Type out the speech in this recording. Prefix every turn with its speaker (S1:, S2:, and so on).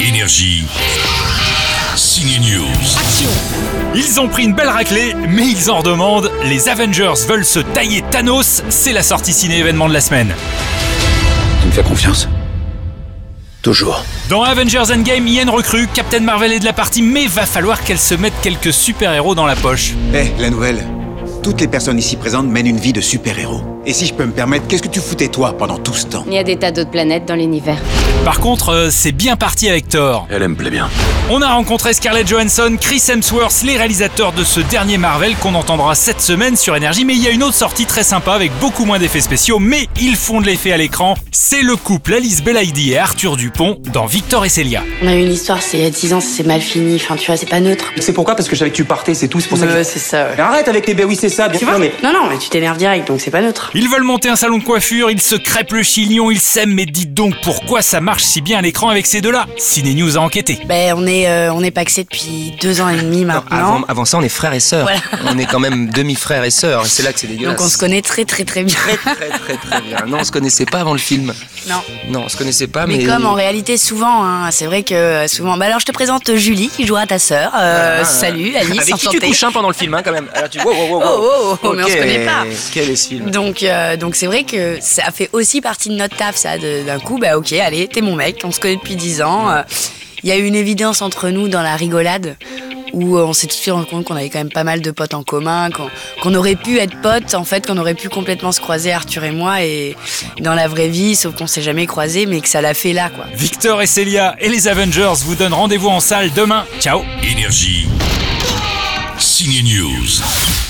S1: Énergie. Signe News.
S2: Action
S3: Ils ont pris une belle raclée, mais ils en redemandent. Les Avengers veulent se tailler Thanos, c'est la sortie ciné-événement de la semaine.
S4: Tu me fais confiance Toujours.
S3: Dans Avengers Endgame, il y a une recrue, Captain Marvel est de la partie, mais va falloir qu'elle se mette quelques super-héros dans la poche.
S5: Eh, la nouvelle. Toutes les personnes ici présentes mènent une vie de super-héros. Et si je peux me permettre, qu'est-ce que tu foutais toi pendant tout ce temps
S6: Il y a des tas d'autres planètes dans l'univers.
S3: Par contre, euh, c'est bien parti avec Thor.
S4: Elle, elle me plaît bien.
S3: On a rencontré Scarlett Johansson, Chris Hemsworth, les réalisateurs de ce dernier Marvel qu'on entendra cette semaine sur Énergie, mais il y a une autre sortie très sympa avec beaucoup moins d'effets spéciaux, mais ils font de l'effet à l'écran. C'est le couple Alice Belaïdi et Arthur Dupont dans Victor et Celia.
S7: On a eu une histoire, c'est il y a 10 ans, c'est mal fini. Enfin, tu vois, c'est pas neutre.
S8: C'est pourquoi Parce que je savais que tu partais, c'est tout, c'est pour ça
S7: Ouais,
S8: que...
S7: c'est ça, ouais.
S8: Mais Arrête avec les bah oui c'est ça, bien
S7: Tu vois
S8: non, mais...
S7: Non, non, mais tu t'énerves direct, donc c'est pas neutre.
S3: Ils veulent monter un salon de coiffure, ils se crêpent le chignon, ils s'aiment, mais dites donc pourquoi ça marche si bien à l'écran avec ces deux-là Ciné News a enquêté.
S7: Ben, on est, euh, on est paxé depuis deux ans et demi maintenant.
S9: Avant, avant ça, on est frères et sœurs. On est quand même demi-frères et sœurs. et C'est là que c'est dégueulasse.
S7: donc on se connaît très, très, très bien.
S9: Très, très, très, très bien. Non, on se connaissait pas avant le film.
S7: Non.
S9: Non, on se connaissait pas,
S8: Ah,
S9: mais.
S7: Mais comme en réalité, souvent, hein, c'est vrai que euh, souvent. Bah alors, je te présente Julie qui jouera ta sœur. Euh, Salut, Alice.
S9: Ah, Avec qui tu
S7: enchantée.
S9: couches hein, pendant le film, hein, quand même. Alors, tu... wow, wow, wow,
S7: Oh,
S9: wow.
S7: oh, oh, mais on se
S9: Ok,
S7: connaît pas.
S9: Quel est ce film
S7: Donc, euh, donc c'est vrai que ça fait aussi partie de notre taf, ça. de- D'un coup, bah ok, allez, t'es mon mec, on se connaît depuis 10 ans. Euh, Il y a eu une évidence entre nous dans la rigolade où euh, on s'est tout de suite rendu compte qu'on avait quand même pas mal de potes en commun, qu'on qu'on aurait pu être potes, en fait, qu'on aurait pu complètement se croiser, Arthur et moi, et dans la vraie vie, sauf qu'on s'est jamais croisés, mais que ça l'a fait là, quoi.
S3: Victor et Celia et les Avengers vous donnent rendez-vous en salle demain. Ciao
S1: Énergie. Signe News.